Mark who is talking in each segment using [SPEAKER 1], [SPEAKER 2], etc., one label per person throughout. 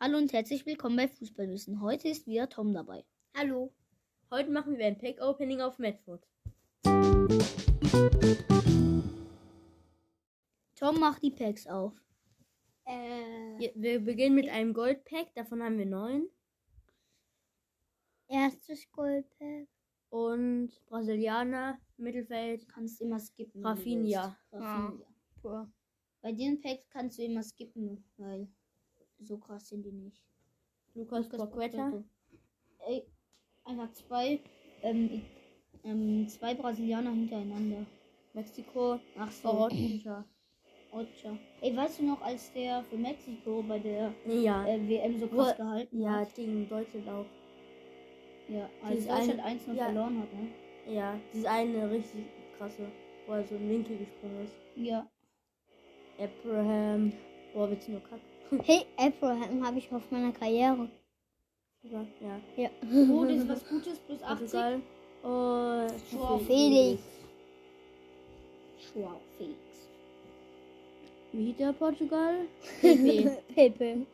[SPEAKER 1] Hallo und herzlich willkommen bei Fußballwissen. Heute ist wieder Tom dabei.
[SPEAKER 2] Hallo. Heute machen wir ein Pack-Opening auf Medford.
[SPEAKER 1] Tom macht die Packs auf.
[SPEAKER 3] Äh,
[SPEAKER 2] Je- Wir beginnen mit einem Gold-Pack, davon haben wir neun.
[SPEAKER 3] erstes Goldpack.
[SPEAKER 2] Und Brasilianer, Mittelfeld,
[SPEAKER 1] Du kannst immer skippen. wenn du
[SPEAKER 2] Rafinha.
[SPEAKER 1] willst. Rafinha. Bei den Packs kannst du immer skippen, weil so krass sind die nicht.
[SPEAKER 2] Lukas
[SPEAKER 1] Lukas
[SPEAKER 2] Paqueta.
[SPEAKER 1] Paqueta. Ey, einfach zwei, ähm, ähm, zwei Brasilianer hintereinander.
[SPEAKER 2] Mexiko,
[SPEAKER 1] Ach so.
[SPEAKER 2] Orangenja.
[SPEAKER 1] Ocha. Ey, weißt du noch, als der für Mexiko bei der
[SPEAKER 2] Ja,
[SPEAKER 1] äh, WM so krass
[SPEAKER 2] Wo-
[SPEAKER 1] gehalten
[SPEAKER 2] ja,
[SPEAKER 1] hat?
[SPEAKER 2] gegen Deutschland auch.
[SPEAKER 1] Ja, als
[SPEAKER 2] dieses eine-
[SPEAKER 1] Deutschland 1-0
[SPEAKER 2] ja.
[SPEAKER 1] verloren hat, ne?
[SPEAKER 2] Ja, diese eine richtig krasse, wo er so im Winkel gesprungen ist.
[SPEAKER 1] Ja.
[SPEAKER 2] Abraham, boah, willst du nur kacken?
[SPEAKER 3] Hey, Abraham habe ich auf meiner Karriere.
[SPEAKER 2] Ja, ja.
[SPEAKER 3] Ja.
[SPEAKER 1] Oh, das ist was Gutes, plus 80.
[SPEAKER 2] Portugal. Oh,
[SPEAKER 1] Joao
[SPEAKER 3] Felix.
[SPEAKER 1] Wow, Felix.
[SPEAKER 2] Wieder Portugal. Pepe.
[SPEAKER 3] Pepe.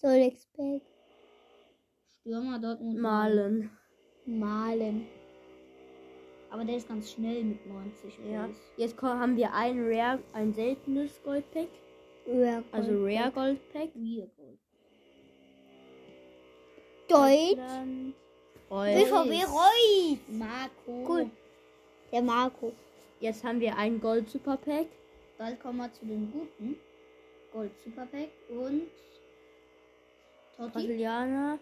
[SPEAKER 3] Solexpack.
[SPEAKER 1] Stürmer Dortmund.
[SPEAKER 2] Malen.
[SPEAKER 3] Malen.
[SPEAKER 1] Aber der ist ganz schnell mit 90.
[SPEAKER 2] Ja,
[SPEAKER 1] Fuß.
[SPEAKER 2] jetzt ko- haben wir ein Rare, ein seltenes Goldpack,
[SPEAKER 3] Rare
[SPEAKER 2] also
[SPEAKER 3] Gold.
[SPEAKER 2] Rare Goldpack.
[SPEAKER 1] Weird Gold.
[SPEAKER 3] Deutsch.
[SPEAKER 2] Deutschland,
[SPEAKER 3] BVB
[SPEAKER 2] Reus.
[SPEAKER 3] Reus.
[SPEAKER 1] Marco.
[SPEAKER 3] Cool. Der Marco.
[SPEAKER 2] Jetzt haben wir ein Gold Superpack.
[SPEAKER 1] Bald kommen wir zu den guten. Gold Superpack und
[SPEAKER 2] Also,
[SPEAKER 1] Totti.
[SPEAKER 2] Brasilianer.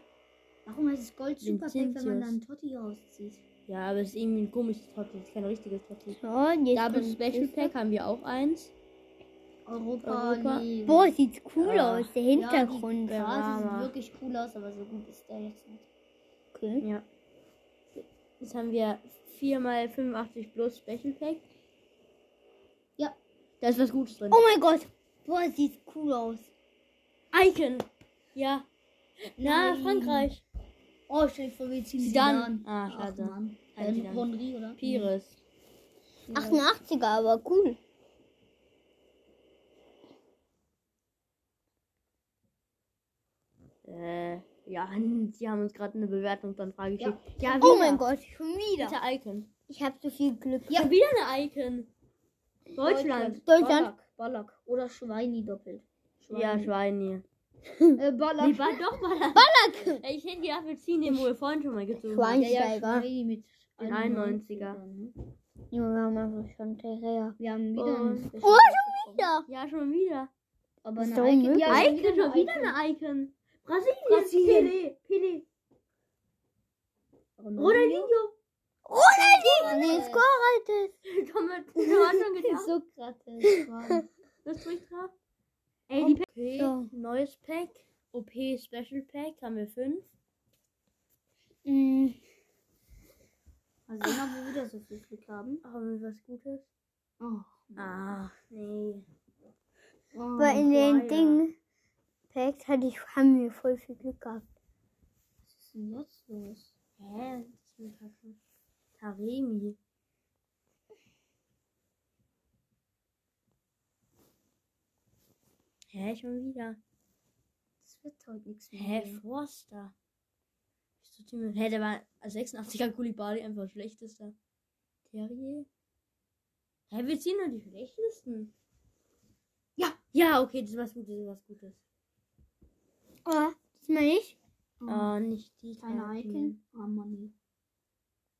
[SPEAKER 1] Warum heißt es Gold Superpack, wenn man
[SPEAKER 2] Vincentius.
[SPEAKER 1] dann Totti rauszieht?
[SPEAKER 2] Ja, aber es ist irgendwie ein komisches Trottel, das ist kein richtiges Trottel.
[SPEAKER 3] So, und jetzt
[SPEAKER 2] Double
[SPEAKER 3] kommt
[SPEAKER 2] Special
[SPEAKER 3] das.
[SPEAKER 2] Pack haben wir auch eins.
[SPEAKER 1] Europa,
[SPEAKER 2] Europa.
[SPEAKER 1] League.
[SPEAKER 3] Boah, sieht cool
[SPEAKER 2] Ah.
[SPEAKER 3] aus. Der
[SPEAKER 1] Hintergrund.
[SPEAKER 3] Hintergrund.
[SPEAKER 1] Ja, die Karte sieht
[SPEAKER 2] Drama.
[SPEAKER 1] wirklich cool aus, aber so gut ist der jetzt nicht.
[SPEAKER 3] okay.
[SPEAKER 2] Ja. Jetzt haben wir 4x85 plus Special Pack.
[SPEAKER 1] Ja.
[SPEAKER 2] Da ist was Gutes drin.
[SPEAKER 3] Oh mein Gott. Boah, sieht cool aus.
[SPEAKER 2] Icon. Ja. Na,
[SPEAKER 1] Nein.
[SPEAKER 2] Frankreich.
[SPEAKER 1] Oh, stell dir vor, wir ziehen
[SPEAKER 2] Zidane.
[SPEAKER 1] Zidane.
[SPEAKER 2] Ah, schade.
[SPEAKER 1] Ach, Mann.
[SPEAKER 2] Kein
[SPEAKER 1] Ähm,
[SPEAKER 2] Zidane.
[SPEAKER 1] Henry, oder?
[SPEAKER 2] Pires.
[SPEAKER 3] 88er, aber cool.
[SPEAKER 2] Äh, ja, die haben uns gerade eine Bewertung von Frage geschickt. Ja, wieder.
[SPEAKER 3] Oh mein Gott, schon wieder.
[SPEAKER 2] Bitte Icon.
[SPEAKER 3] Ich habe so viel Glück.
[SPEAKER 1] Ja.
[SPEAKER 2] Schon wieder eine Icon. Deutschland.
[SPEAKER 3] Deutschland.
[SPEAKER 1] Ballack, Ballack. Oder Schweini doppelt.
[SPEAKER 2] Ja, Schweine.
[SPEAKER 1] äh, Ballack.
[SPEAKER 2] Nee, war doch mal Ballack. Ich hätte gedacht, wir ziehen den, wo wir vorhin schon mal gezogen haben.
[SPEAKER 3] Schwein.
[SPEAKER 1] Ja, ja,
[SPEAKER 3] Einsteiger.
[SPEAKER 1] Schweini mit
[SPEAKER 2] Ein
[SPEAKER 1] 91er.
[SPEAKER 2] 91er.
[SPEAKER 1] ne?
[SPEAKER 3] Junge, wir haben einfach schon Terrea.
[SPEAKER 1] Wir haben wieder
[SPEAKER 2] Und-
[SPEAKER 1] ein Special
[SPEAKER 3] Oh,
[SPEAKER 1] bekommen.
[SPEAKER 3] Ja.
[SPEAKER 2] Ja, schon wieder.
[SPEAKER 1] Aber
[SPEAKER 3] Ist
[SPEAKER 1] eine
[SPEAKER 3] doch
[SPEAKER 1] Icon.
[SPEAKER 3] unmöglich.
[SPEAKER 1] Ja,
[SPEAKER 2] Icon,
[SPEAKER 1] wir haben
[SPEAKER 2] schon wieder
[SPEAKER 1] Icon.
[SPEAKER 2] eine Icon. Brasilien.
[SPEAKER 1] Brasilien.
[SPEAKER 2] Pele. Pele.
[SPEAKER 1] Ronaldinho.
[SPEAKER 2] Ronaldinho.
[SPEAKER 3] Nee,
[SPEAKER 1] Äh,
[SPEAKER 3] Oh, Score halt es.
[SPEAKER 2] Komm, wir haben schon gedacht.
[SPEAKER 1] So krass.
[SPEAKER 2] Das spricht drauf. Ey, die Pack. Okay,
[SPEAKER 3] So.
[SPEAKER 2] neues Pack. OP Special Pack haben wir fünf.
[SPEAKER 3] Mm,
[SPEAKER 1] Also Mal sehen, ob wir wieder so viel Glück haben.
[SPEAKER 2] Haben wir was Gutes?
[SPEAKER 1] Oh.
[SPEAKER 2] Ach, nee.
[SPEAKER 1] Oh.
[SPEAKER 3] Weil in
[SPEAKER 2] ja,
[SPEAKER 3] den
[SPEAKER 2] ja.
[SPEAKER 3] Dingen Packs hatte ich, haben wir voll viel Glück gehabt.
[SPEAKER 1] Was ist denn jetzt los?
[SPEAKER 2] Hä? Das ist ein Kaffee. Taremi. Hä, schon wieder.
[SPEAKER 1] Das wird heute nichts mehr.
[SPEAKER 2] Hä,
[SPEAKER 1] hier.
[SPEAKER 2] Forster. Wieso tun wir- Hä, der war als 86er Kulibali einfach schlechtester. Terrier? Hä, wir ziehen nur die schlechtesten.
[SPEAKER 1] Ja.
[SPEAKER 2] Ja, okay, das ist was Gutes, das ist was Gutes.
[SPEAKER 3] Oh, das meine ich?
[SPEAKER 1] Oh.
[SPEAKER 2] Ah, nicht die.
[SPEAKER 1] Keine Icon. Ah, Mann. nee.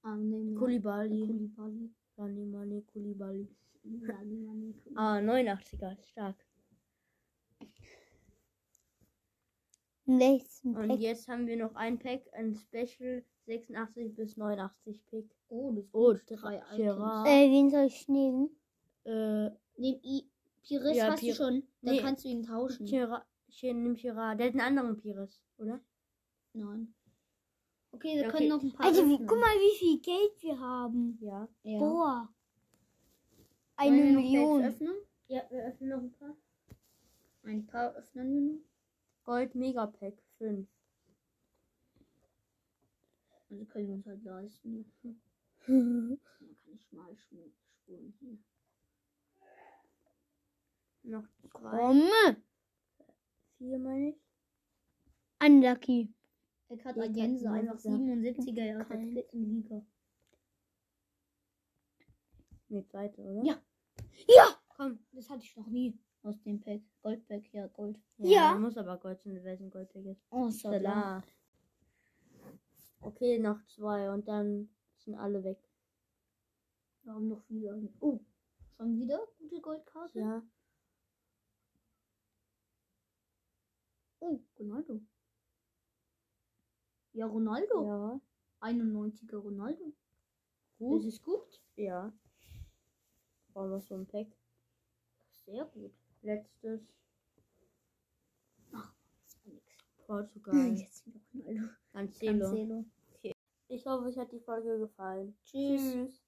[SPEAKER 1] Ah, nee, nee.
[SPEAKER 2] Kulibali.
[SPEAKER 1] Kulibali.
[SPEAKER 2] Money, Money, Kulibali.
[SPEAKER 1] Kulibali, Mann, nee, Kulibali.
[SPEAKER 2] Ah, 89er, stark.
[SPEAKER 3] Im nächsten
[SPEAKER 1] Oh,
[SPEAKER 2] Und
[SPEAKER 3] Pack.
[SPEAKER 2] jetzt haben wir noch ein Pack, ein Special 86 bis 89 Pack.
[SPEAKER 1] Oh, das
[SPEAKER 2] Oh,
[SPEAKER 1] drei
[SPEAKER 2] Gra-
[SPEAKER 1] Icons.
[SPEAKER 2] Gerard.
[SPEAKER 3] Äh, wen soll ich nehmen?
[SPEAKER 2] Äh,
[SPEAKER 1] Nimm I. Pires
[SPEAKER 2] Ja,
[SPEAKER 1] hast
[SPEAKER 2] Pir-
[SPEAKER 1] du schon. Dann
[SPEAKER 2] Nee.
[SPEAKER 1] kannst du ihn tauschen.
[SPEAKER 2] Chira, Chir, nimm Chira. Der hat einen anderen Pires, oder?
[SPEAKER 1] Nein. Okay, wir
[SPEAKER 2] Ja, okay.
[SPEAKER 1] können noch ein paar.
[SPEAKER 3] Also, wie,
[SPEAKER 1] öffnen.
[SPEAKER 3] guck mal, wie viel Geld wir haben.
[SPEAKER 2] Ja.
[SPEAKER 1] Ja. Wollen
[SPEAKER 3] Boah. Eine
[SPEAKER 1] wir noch Packs
[SPEAKER 3] Million.
[SPEAKER 1] Öffnen?
[SPEAKER 2] Ja, wir öffnen noch ein paar.
[SPEAKER 1] Ein paar öffnen wir noch.
[SPEAKER 2] Gold Mega Pack 5.
[SPEAKER 1] Also können wir uns halt leisten. Man kann ich mal schmu- spulen hier.
[SPEAKER 2] Noch zwei.
[SPEAKER 3] Komm.
[SPEAKER 2] 4, meine ich.
[SPEAKER 3] Unlucky.
[SPEAKER 1] Er hat
[SPEAKER 2] Ja,
[SPEAKER 1] Agense,
[SPEAKER 2] Captain
[SPEAKER 1] halt einfach
[SPEAKER 2] America.
[SPEAKER 1] 77er aus der
[SPEAKER 3] Kein-
[SPEAKER 1] dritten Liga.
[SPEAKER 2] Nee, zweite, oder?
[SPEAKER 1] Ja.
[SPEAKER 2] Ja! Komm.
[SPEAKER 1] Das hatte ich noch nie aus dem Pack. Goldpack, ja, Gold.
[SPEAKER 3] Ja.
[SPEAKER 2] man Muss aber Gold sein, welchen Goldpack ist.
[SPEAKER 1] Oh, Salah.
[SPEAKER 2] Salah. Okay, noch zwei und dann sind alle weg.
[SPEAKER 1] Wir haben noch viele. Oh, schon wieder gute Goldkarte?
[SPEAKER 2] Ja.
[SPEAKER 1] Oh, Ronaldo. Ja, Ronaldo.
[SPEAKER 2] Ja.
[SPEAKER 1] 91er Ronaldo.
[SPEAKER 2] Gut.
[SPEAKER 1] Das ist gut.
[SPEAKER 2] Ja. Brauchen wir so ein Pack.
[SPEAKER 1] Sehr gut.
[SPEAKER 2] Letztes.
[SPEAKER 1] Das war nix.
[SPEAKER 2] Portugal.
[SPEAKER 1] Jetzt wieder Ronaldo.
[SPEAKER 2] Hm. Cancelo.
[SPEAKER 1] Cancelo.
[SPEAKER 2] Ich hoffe, euch hat die Folge gefallen.
[SPEAKER 1] Tschüss.
[SPEAKER 2] Tschüss.